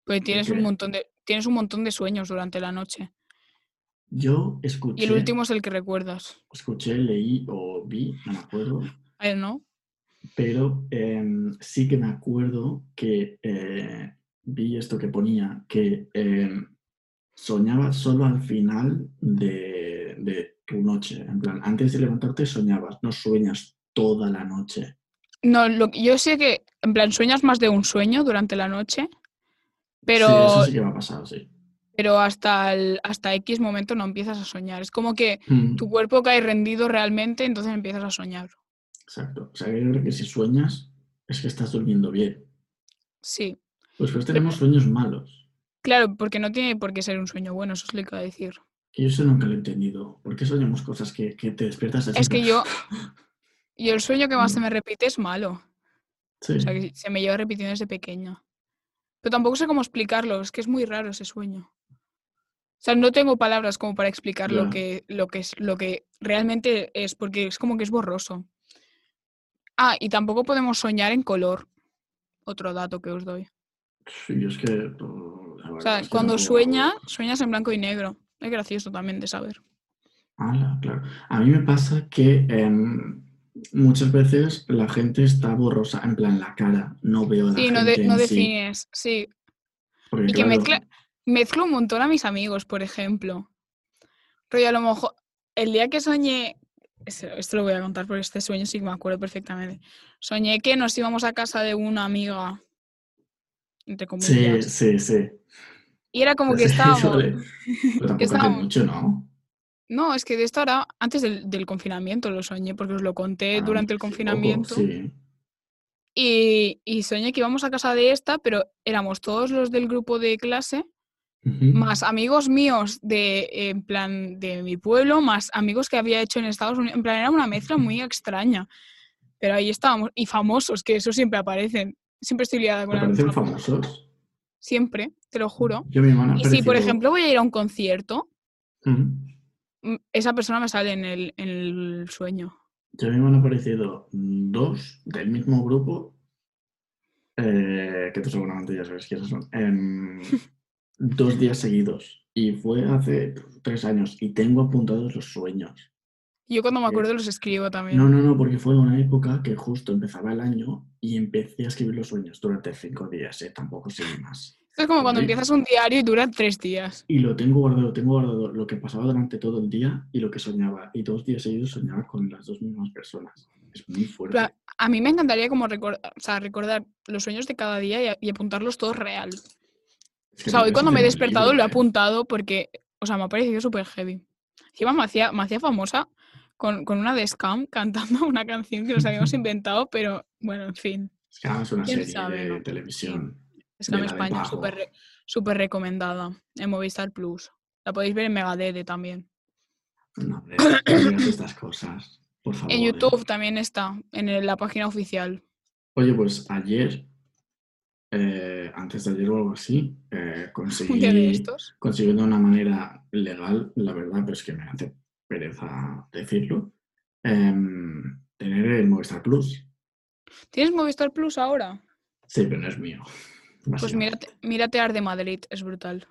Speaker 2: Porque tienes un
Speaker 3: qué?
Speaker 2: montón de, tienes un montón de sueños durante la noche.
Speaker 3: Yo escuché,
Speaker 2: Y el último es el que recuerdas.
Speaker 3: escuché, leí o vi, no me acuerdo,
Speaker 2: Ay, ¿no?
Speaker 3: pero em, sí que me acuerdo que eh, vi esto que ponía, que em, soñaba solo al final de, de tu noche. En plan, antes de levantarte soñabas, no sueñas toda la noche.
Speaker 2: No, lo- yo sé que, en plan, sueñas más de un sueño durante la noche, pero,
Speaker 3: Sí, eso sí que me ha pasado, sí.
Speaker 2: pero hasta, el- hasta X momento no empiezas a soñar. Es como que
Speaker 3: Mm.
Speaker 2: tu cuerpo cae rendido realmente, entonces empiezas a soñar.
Speaker 3: Exacto. O sea, yo creo que si sueñas es que estás durmiendo bien.
Speaker 2: Sí,
Speaker 3: Pues pues tenemos sueños malos.
Speaker 2: claro, porque no tiene por qué ser un sueño bueno, eso es lo que iba a decir.
Speaker 3: Que yo eso nunca lo he entendido. ¿Por qué soñamos cosas que, que te despiertas así?
Speaker 2: Es que yo, y el sueño que más se
Speaker 3: Mm.
Speaker 2: me repite es malo.
Speaker 3: Sí.
Speaker 2: O sea, que se me lleva repitiendo desde pequeña. Pero tampoco sé cómo explicarlo, es que es muy raro ese sueño. O sea, no tengo palabras como para explicar
Speaker 3: Ya.
Speaker 2: lo que, lo que es, lo que realmente es, porque es como que es borroso. Ah, y tampoco podemos soñar en color. Otro dato que os doy.
Speaker 3: Sí, yo es que. oh, la
Speaker 2: O
Speaker 3: verdad
Speaker 2: sea,
Speaker 3: es que
Speaker 2: cuando
Speaker 3: no-
Speaker 2: sueñas, sueñas en blanco y negro. Es gracioso también de saber.
Speaker 3: Ala, claro. A mí me pasa que em, muchas veces la gente está borrosa, en plan la cara. No veo a la
Speaker 2: Sí, no,
Speaker 3: gente
Speaker 2: de- no
Speaker 3: en sí.
Speaker 2: defines. Sí.
Speaker 3: Porque,
Speaker 2: Y que
Speaker 3: claro,
Speaker 2: mezcla- Mezclo un montón a mis amigos, por ejemplo. Rollo, a lo mejor, el día que soñé, esto, esto lo voy a contar porque este sueño sí que me acuerdo perfectamente. Soñé que nos íbamos a casa de una amiga, entre
Speaker 3: Sí,
Speaker 2: comillas.
Speaker 3: sí, sí.
Speaker 2: Y era como que
Speaker 3: Sí,
Speaker 2: estábamos.
Speaker 3: vale. Pero tampoco hace
Speaker 2: estábamos-
Speaker 3: mucho, ¿no?
Speaker 2: No, es que de esto era antes del, del confinamiento lo soñé, porque os lo conté
Speaker 3: Ah,
Speaker 2: durante
Speaker 3: sí,
Speaker 2: el
Speaker 3: poco,
Speaker 2: confinamiento.
Speaker 3: Sí.
Speaker 2: Y, y soñé que íbamos a casa de esta, pero éramos todos los del grupo de clase
Speaker 3: Ujú.
Speaker 2: más amigos míos de eh, en plan de mi pueblo, más amigos que había hecho en Estados Unidos, en plan era una mezcla muy extraña. Pero ahí estábamos y famosos que eso siempre aparecen. Siempre estoy liada con
Speaker 3: ¿Te
Speaker 2: algún
Speaker 3: parecen
Speaker 2: famoso,
Speaker 3: famosos?
Speaker 2: siempre, te lo juro.
Speaker 3: Yo a mi hermana
Speaker 2: Y si por
Speaker 3: apareció-
Speaker 2: ejemplo voy a ir a un concierto,
Speaker 3: Ujú.
Speaker 2: mm, esa persona me sale en el, en el sueño.
Speaker 3: Ya me han aparecido dos del mismo grupo, eh, que tú seguramente ya sabes quiénes son, em, dos días seguidos. Y fue hace tres años y tengo apuntados los sueños.
Speaker 2: Yo cuando me
Speaker 3: Eh,
Speaker 2: acuerdo los escribo también.
Speaker 3: No, no, no, porque fue una época que justo empezaba el año y empecé a escribir los sueños durante cinco días, eh, tampoco sin más.
Speaker 2: Esto es como cuando
Speaker 3: Sí.
Speaker 2: empiezas un diario y dura tres días.
Speaker 3: Y lo tengo guardado, tengo guardado lo que pasaba durante todo el día y lo que soñaba. Y dos días seguidos soñaba con las dos mismas personas. Es muy fuerte.
Speaker 2: Pla- A mí me encantaría como recordar, o sea, recordar los sueños de cada día y, a- y apuntarlos todos real.
Speaker 3: Es
Speaker 2: O
Speaker 3: que
Speaker 2: sea, hoy
Speaker 3: parece
Speaker 2: cuando me he
Speaker 3: un
Speaker 2: despertado
Speaker 3: libro,
Speaker 2: lo he
Speaker 3: eh.
Speaker 2: apuntado porque, o sea, me ha parecido súper heavy. Encima me hacía, me hacía famosa con, con una de Scam cantando una canción que nos habíamos inventado, pero bueno, en fin.
Speaker 3: Es que es una
Speaker 2: ¿Quién
Speaker 3: serie
Speaker 2: sabe,
Speaker 3: de
Speaker 2: no?
Speaker 3: televisión.
Speaker 2: Scam
Speaker 3: la de
Speaker 2: España,
Speaker 3: Pajo.
Speaker 2: súper re- súper recomendada en Movistar Plus. La podéis ver en Megadede también.
Speaker 3: No, hombre, no digas estas cosas, por favor.
Speaker 2: En
Speaker 3: eh.
Speaker 2: YouTube también está, en el- la página oficial.
Speaker 3: Oye, pues ayer, eh, antes de ayer o algo así, eh,
Speaker 2: Un día de
Speaker 3: conseguí,
Speaker 2: estos.
Speaker 3: conseguí de una manera legal, la verdad, pero es que me hace pereza decirlo, em, tener el Movistar Plus.
Speaker 2: ¿Tienes Movistar Plus ahora?
Speaker 3: Sí, pero no es mío.
Speaker 2: Pues
Speaker 3: básicamente.
Speaker 2: mírate, mírate Ar de Madrid, es brutal.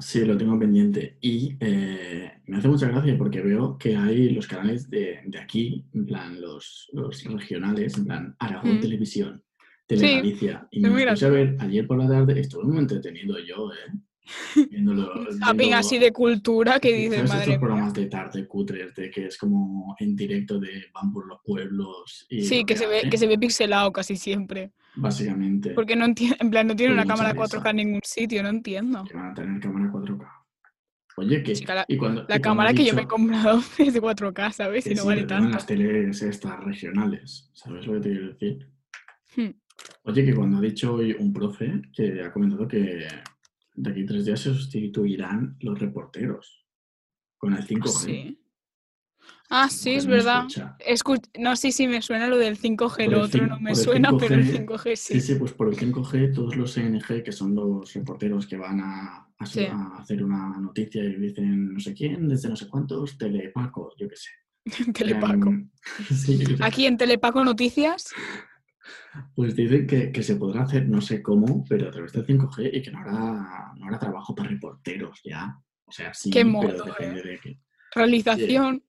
Speaker 3: Sí, lo tengo pendiente. Y eh, me hace mucha gracia porque veo que hay los canales de, de aquí, en plan los, los regionales, en plan Aragón
Speaker 2: Mm.
Speaker 3: Televisión,
Speaker 2: Sí, pues
Speaker 3: Telegalicia. y
Speaker 2: es
Speaker 3: me
Speaker 2: muy
Speaker 3: puse a ver ayer por la tarde, estuve muy entretenido yo, ¿eh? Viéndolo.
Speaker 2: Zapping
Speaker 3: viendo-
Speaker 2: así de cultura que dices,
Speaker 3: ¿sabes estos
Speaker 2: madre mía.
Speaker 3: programas de tarde cutres, de que es como en directo de van por los pueblos y
Speaker 2: Sí,
Speaker 3: lo
Speaker 2: que se, ve,
Speaker 3: hacen,
Speaker 2: que se ve pixelado casi siempre.
Speaker 3: Básicamente,
Speaker 2: Porque no entiendo, en plan, no tiene
Speaker 3: Pues
Speaker 2: una cámara
Speaker 3: mucha risa.
Speaker 2: 4K en ningún sitio, no entiendo.
Speaker 3: que van a tener cámara 4K. Oye, que...
Speaker 2: Chica, la-
Speaker 3: y cuando,
Speaker 2: La
Speaker 3: y cuando
Speaker 2: cámara
Speaker 3: he
Speaker 2: que yo me he
Speaker 3: dicho-
Speaker 2: comprado es de 4K, ¿sabes?
Speaker 3: Sí,
Speaker 2: Y no
Speaker 3: sí,
Speaker 2: vale
Speaker 3: pero en
Speaker 2: tanto.
Speaker 3: las teles estas regionales, ¿sabes lo que te quiero decir?
Speaker 2: Hmm.
Speaker 3: Oye, que cuando ha dicho hoy un profe que ha comentado que de aquí a tres días se sustituirán los reporteros con el 5G.
Speaker 2: Sí. Ah, sí,
Speaker 3: Mujer,
Speaker 2: es
Speaker 3: no me
Speaker 2: verdad.
Speaker 3: escucha.
Speaker 2: Escu- no, sí, sí, me suena lo del 5G,
Speaker 3: Por
Speaker 2: lo
Speaker 3: el
Speaker 2: otro
Speaker 3: cin-
Speaker 2: no me
Speaker 3: por el
Speaker 2: suena, pero el
Speaker 3: 5G,
Speaker 2: 5G
Speaker 3: Sí,
Speaker 2: sí.
Speaker 3: sí, pues por el 5G todos los ONG, que son los reporteros que van a, a su-
Speaker 2: Sí.
Speaker 3: a hacer una noticia y dicen no sé quién, desde no sé cuántos, Telepaco, yo qué sé.
Speaker 2: Telepaco.
Speaker 3: Em, sí, yo qué sé.
Speaker 2: Aquí en Telepaco Noticias,
Speaker 3: Pues dicen que, que se podrá hacer no sé cómo, pero a través del 5G y que no habrá, no habrá trabajo para reporteros ya. O sea, sí,
Speaker 2: Qué
Speaker 3: pero
Speaker 2: mono, eh.
Speaker 3: depende de qué.
Speaker 2: realización.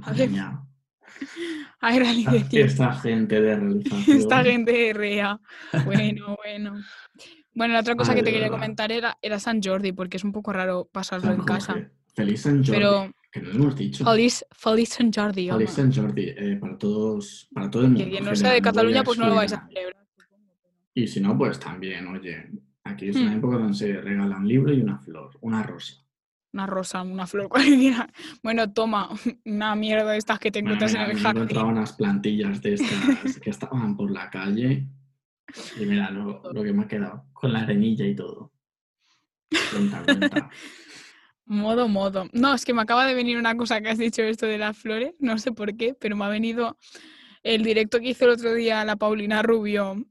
Speaker 3: Madre
Speaker 2: ver.
Speaker 3: mía. Esta-
Speaker 2: Ay, realización.
Speaker 3: Esta gente de realización.
Speaker 2: Esta gente rea. Bueno, bueno. Bueno, la otra cosa
Speaker 3: Ay,
Speaker 2: que te
Speaker 3: de
Speaker 2: quería
Speaker 3: verdad.
Speaker 2: comentar era, era San Jordi, porque es un poco raro pasarlo
Speaker 3: San
Speaker 2: en casa.
Speaker 3: Jorge. Feliz San Jordi.
Speaker 2: Pero
Speaker 3: Que no lo hemos dicho.
Speaker 2: feliz, feliz San Jordi,
Speaker 3: Feliz
Speaker 2: ama.
Speaker 3: San Jordi. eh, para todos, para todo el mundo.
Speaker 2: Que quien
Speaker 3: en
Speaker 2: no sea de
Speaker 3: general, voy
Speaker 2: Cataluña,
Speaker 3: a
Speaker 2: pues no lo vais a
Speaker 3: excluir nadie.
Speaker 2: celebrar.
Speaker 3: Y si no, pues también, oye, aquí es una
Speaker 2: Hmm.
Speaker 3: época donde se regala un libro y una flor, una rosa.
Speaker 2: Una rosa, una flor, cualquiera. Bueno, toma, una mierda de estas que te
Speaker 3: Bueno,
Speaker 2: encuentras
Speaker 3: mira,
Speaker 2: en el
Speaker 3: me
Speaker 2: jardín.
Speaker 3: encontraba unas plantillas de estas que estaban por la calle. Y mira lo, lo que me ha quedado, con la arenilla y todo. Cuenta, cuenta.
Speaker 2: Modo, modo. No, es que me acaba de venir una cosa que has dicho esto de las flores, no sé por qué, pero me ha venido el directo que hizo el otro día la Paulina Rubio,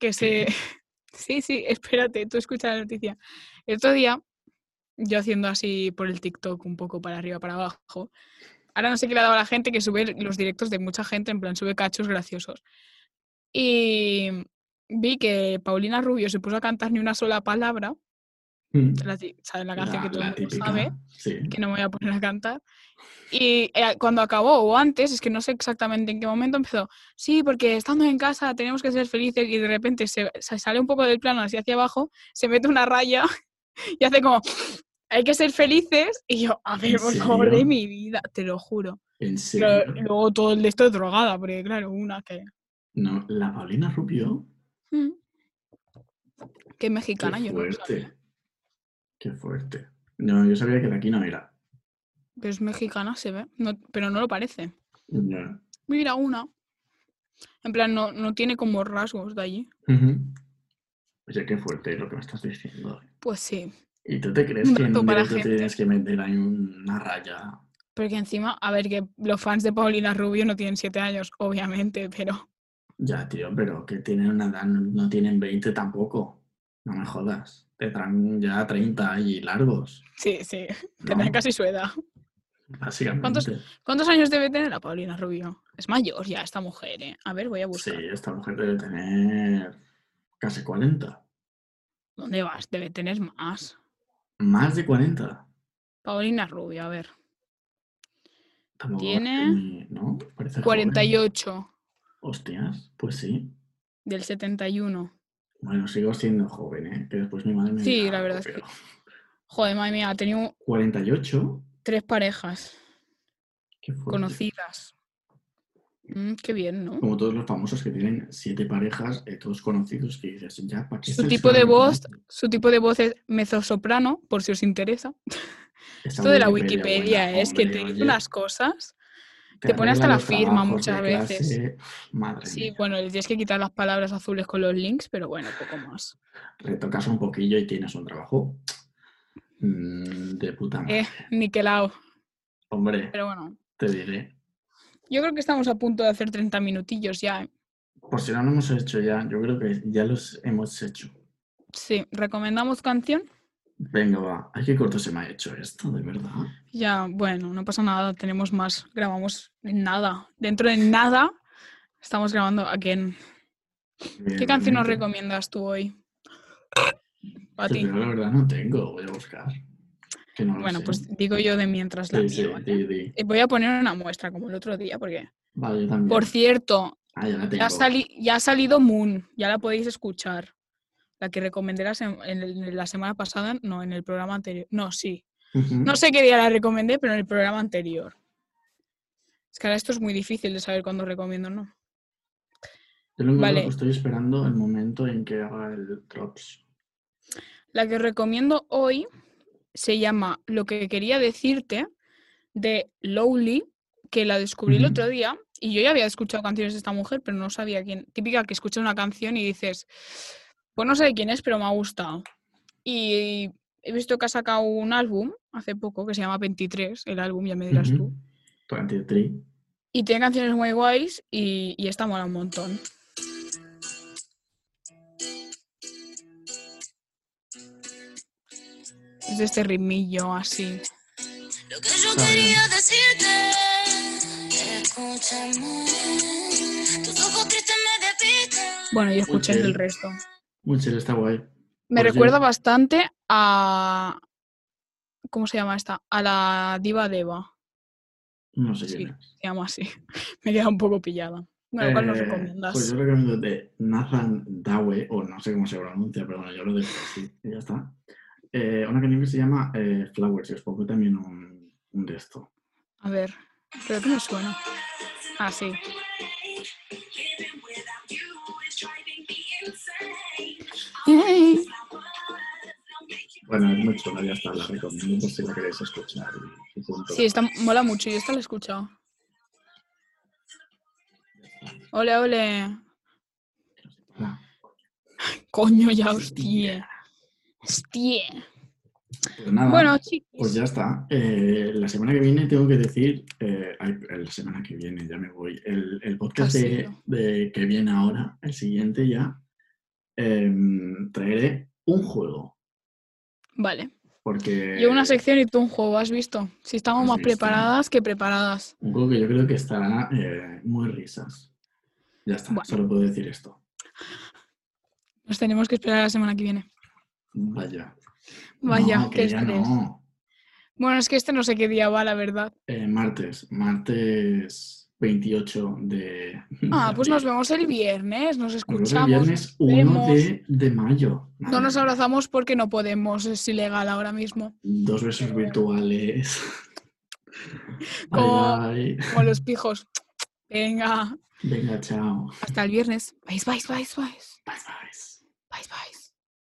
Speaker 2: que se... Sí, sí, espérate, tú escucha la noticia. El otro día, yo haciendo así por el TikTok un poco para arriba, para abajo, ahora no sé qué le ha dado a la gente que sube los directos de mucha gente, en plan sube cachos graciosos. Y vi que Paulina Rubio se puso a cantar ni una sola palabra,
Speaker 3: Mm,
Speaker 2: la, ti- ¿sabes? la
Speaker 3: La,
Speaker 2: canción que todo el
Speaker 3: la
Speaker 2: mundo
Speaker 3: típica.
Speaker 2: sabe
Speaker 3: Sí.
Speaker 2: que no me voy a poner a cantar. Y eh, cuando acabó, o antes, es que no sé exactamente en qué momento empezó, sí, porque estando en casa tenemos que ser felices y de repente se, se sale un poco del plano así hacia abajo, se mete una raya y hace como, hay que ser felices. Y yo, a ver,
Speaker 3: ¿En
Speaker 2: por favor, de
Speaker 3: serio?
Speaker 2: mi vida, te lo juro.
Speaker 3: En
Speaker 2: Pero
Speaker 3: serio.
Speaker 2: luego todo el de esto es drogada, porque claro, una que...
Speaker 3: No, la Paulina Rubio.
Speaker 2: Mm. Que es
Speaker 3: Qué
Speaker 2: mexicana, yo no lo sabía,
Speaker 3: fuerte. Qué fuerte. No, yo sabía que de aquí no era.
Speaker 2: Pero es mexicana, se ve, no- pero no lo parece.
Speaker 3: No.
Speaker 2: Mira, una. En plan, no, no tiene como rasgos de allí.
Speaker 3: Ujú. Oye, qué fuerte lo que me estás diciendo.
Speaker 2: Pues sí.
Speaker 3: ¿Y tú te crees
Speaker 2: Un
Speaker 3: que en
Speaker 2: dato
Speaker 3: un
Speaker 2: para
Speaker 3: directo
Speaker 2: gente.
Speaker 3: tienes que meter ahí una raya?
Speaker 2: Porque encima, a ver, que los fans de Paulina Rubio no tienen siete años, obviamente, pero
Speaker 3: Ya, tío, pero que tienen una edad, no- no tienen 20 tampoco. No me jodas. Tendrán ya 30 y largos.
Speaker 2: sí, sí,
Speaker 3: ¿no?
Speaker 2: tendrán casi su edad.
Speaker 3: Básicamente.
Speaker 2: ¿Cuántos- ¿Cuántos años debe tener la Paulina Rubio? Es mayor ya esta mujer, ¿eh? A ver, voy a
Speaker 3: Sí,
Speaker 2: buscar.
Speaker 3: esta mujer debe tener casi 40.
Speaker 2: ¿Dónde vas? Debe tener más.
Speaker 3: Más de 40.
Speaker 2: Paulina Rubio, a ver.
Speaker 3: Tampoco
Speaker 2: Tiene
Speaker 3: ni- ¿no? Parece joven.
Speaker 2: 48
Speaker 3: Hostias, pues sí.
Speaker 2: del 71.
Speaker 3: Bueno, sigo siendo joven, ¿eh? Que después mi madre me
Speaker 2: Sí,
Speaker 3: dirá
Speaker 2: la
Speaker 3: algo,
Speaker 2: verdad es que-
Speaker 3: pero
Speaker 2: Joder, madre mía, ha tenido
Speaker 3: 48.
Speaker 2: tres parejas
Speaker 3: qué fuerte.
Speaker 2: conocidas. Mm, qué bien, ¿no?
Speaker 3: Como todos los famosos que tienen siete parejas, eh, todos conocidos, que dices, ya, ¿para qué
Speaker 2: Su
Speaker 3: se
Speaker 2: tipo de
Speaker 3: suena,
Speaker 2: voz,
Speaker 3: no?
Speaker 2: su tipo de voz es mezzosoprano, por si os interesa.
Speaker 3: Esa
Speaker 2: Esto de la
Speaker 3: buena,
Speaker 2: Wikipedia ¿eh? es que
Speaker 3: hombre,
Speaker 2: te dice
Speaker 3: oye,
Speaker 2: unas cosas.
Speaker 3: te
Speaker 2: te pone hasta
Speaker 3: arregla
Speaker 2: la
Speaker 3: los
Speaker 2: firma
Speaker 3: trabajos
Speaker 2: muchas
Speaker 3: de clase,
Speaker 2: veces.
Speaker 3: Madre
Speaker 2: Sí,
Speaker 3: mía,
Speaker 2: bueno, le tienes que quitar las palabras azules con los links, pero bueno, poco más.
Speaker 3: retocas un poquillo y tienes un trabajo mm, de puta madre.
Speaker 2: Eh, niquelao.
Speaker 3: Hombre,
Speaker 2: Pero bueno,
Speaker 3: te diré.
Speaker 2: yo creo que estamos a punto de hacer 30 minutillos ya. ¿eh?
Speaker 3: Por si no lo hemos hecho ya, yo creo que ya los hemos hecho.
Speaker 2: Sí, recomendamos canción.
Speaker 3: Venga, va. Ay, qué corto se me ha hecho esto, de verdad.
Speaker 2: Ya, bueno, no pasa nada, tenemos más. Grabamos en nada. Dentro de nada estamos grabando again. ¿Qué canción nos
Speaker 3: Evidentemente.
Speaker 2: recomiendas tú hoy? A
Speaker 3: Pues
Speaker 2: ti.
Speaker 3: yo la verdad no tengo, voy a buscar. Que no lo
Speaker 2: Bueno,
Speaker 3: sé.
Speaker 2: pues digo yo de mientras la
Speaker 3: Sí, sí,
Speaker 2: miro, ¿vale?
Speaker 3: di, di.
Speaker 2: Eh, Voy a poner una muestra como el otro día, porque.
Speaker 3: Vale, yo también.
Speaker 2: Por cierto,
Speaker 3: Ah, ya la tengo.
Speaker 2: ya, sali- ya ha salido Moon, ya la podéis escuchar. La que recomendé la, sem- en el- la semana pasada, no, en el programa anterior. No, sí.
Speaker 3: Ujú.
Speaker 2: No sé qué día la recomendé, pero en el programa anterior. Es que ahora esto es muy difícil de saber cuándo recomiendo o no.
Speaker 3: Yo lo encuentro
Speaker 2: vale.
Speaker 3: que estoy esperando el momento en que haga el drops.
Speaker 2: La que recomiendo hoy se llama Lo que quería decirte de Lowly, que la descubrí el
Speaker 3: Ujú.
Speaker 2: otro día y yo ya había escuchado canciones de esta mujer, pero no sabía quién. Típica que escuchas una canción y dices, pues no sé quién es, pero me ha gustado. Y he visto que ha sacado un álbum hace poco que se llama 23, el álbum ya me dirás tú.
Speaker 3: Ujú. 23.
Speaker 2: Y tiene canciones muy guays y, y esta mola un montón. Es de este ritmillo así.
Speaker 4: Lo que yo
Speaker 3: Está bien.
Speaker 4: quería decirte, escúchame. Tus ojos tristes me despistan.
Speaker 2: Bueno, yo escuché el del
Speaker 3: chévere.
Speaker 2: resto.
Speaker 3: Muy chévere, está guay.
Speaker 2: Me
Speaker 3: Pues yo-
Speaker 2: recuerda bastante a. ¿Cómo se llama esta? A la diva Deva.
Speaker 3: No sé
Speaker 2: Sí.
Speaker 3: quién es.
Speaker 2: Se llama así. Me he quedado un poco pillada. Bueno, ¿cuál nos
Speaker 3: Eh, Pues
Speaker 2: recomiendas?
Speaker 3: yo recomiendo de Nathan Dawe, o no sé cómo se pronuncia, pero bueno, yo lo dejo así y ya está. Eh, una canción que se llama eh, Flowers, y os pongo también un, un de esto.
Speaker 2: A ver. Creo que me suena. Ah, sí.
Speaker 4: Living without you is driving me insane.
Speaker 3: Bueno, es muy chula, ya está, la recomiendo por si la queréis escuchar. y- y punto.
Speaker 2: Sí, esta mola mucho. Yo esta la he escuchado. Ole, ole.
Speaker 3: Ah,
Speaker 2: Coño, ya, hostia. Hostia.
Speaker 3: pues nada,
Speaker 2: Bueno, chicos.
Speaker 3: pues ya está. Eh, la semana que viene tengo que decir, eh, ay, la semana que viene ya me voy, el, el podcast de,
Speaker 2: Pasillo.
Speaker 3: de que viene ahora, el siguiente ya, em, traeré un juego.
Speaker 2: Vale.
Speaker 3: Porque
Speaker 2: Yo una sección y tú un juego, ¿has visto? Si estamos
Speaker 3: has
Speaker 2: más
Speaker 3: visto, ¿no?
Speaker 2: preparadas que preparadas.
Speaker 3: un juego que yo creo que estará eh, muy risas. Ya está,
Speaker 2: Bueno.
Speaker 3: solo puedo decir esto.
Speaker 2: Nos tenemos que esperar a la semana que viene.
Speaker 3: Vaya.
Speaker 2: Vaya,
Speaker 3: No,
Speaker 2: qué
Speaker 3: que ya
Speaker 2: estrés.
Speaker 3: no.
Speaker 2: Bueno, es que este no sé qué día va, la verdad.
Speaker 3: Eh, martes, martes 28 de.
Speaker 2: Ah,
Speaker 3: de
Speaker 2: pues
Speaker 3: abril.
Speaker 2: nos vemos el viernes,
Speaker 3: Nos vemos
Speaker 2: nos escuchamos.
Speaker 3: el viernes 1
Speaker 2: vemos.
Speaker 3: de, de mayo.
Speaker 2: No nos
Speaker 3: Madre mía,
Speaker 2: abrazamos porque no podemos, es ilegal ahora mismo.
Speaker 3: Dos besos virtuales. Bye,
Speaker 2: Como-
Speaker 3: bye.
Speaker 2: Como los pijos. Venga,
Speaker 3: Venga, chao.
Speaker 2: hasta el viernes. Bye, bye, bye, bye.
Speaker 3: Bye, bye.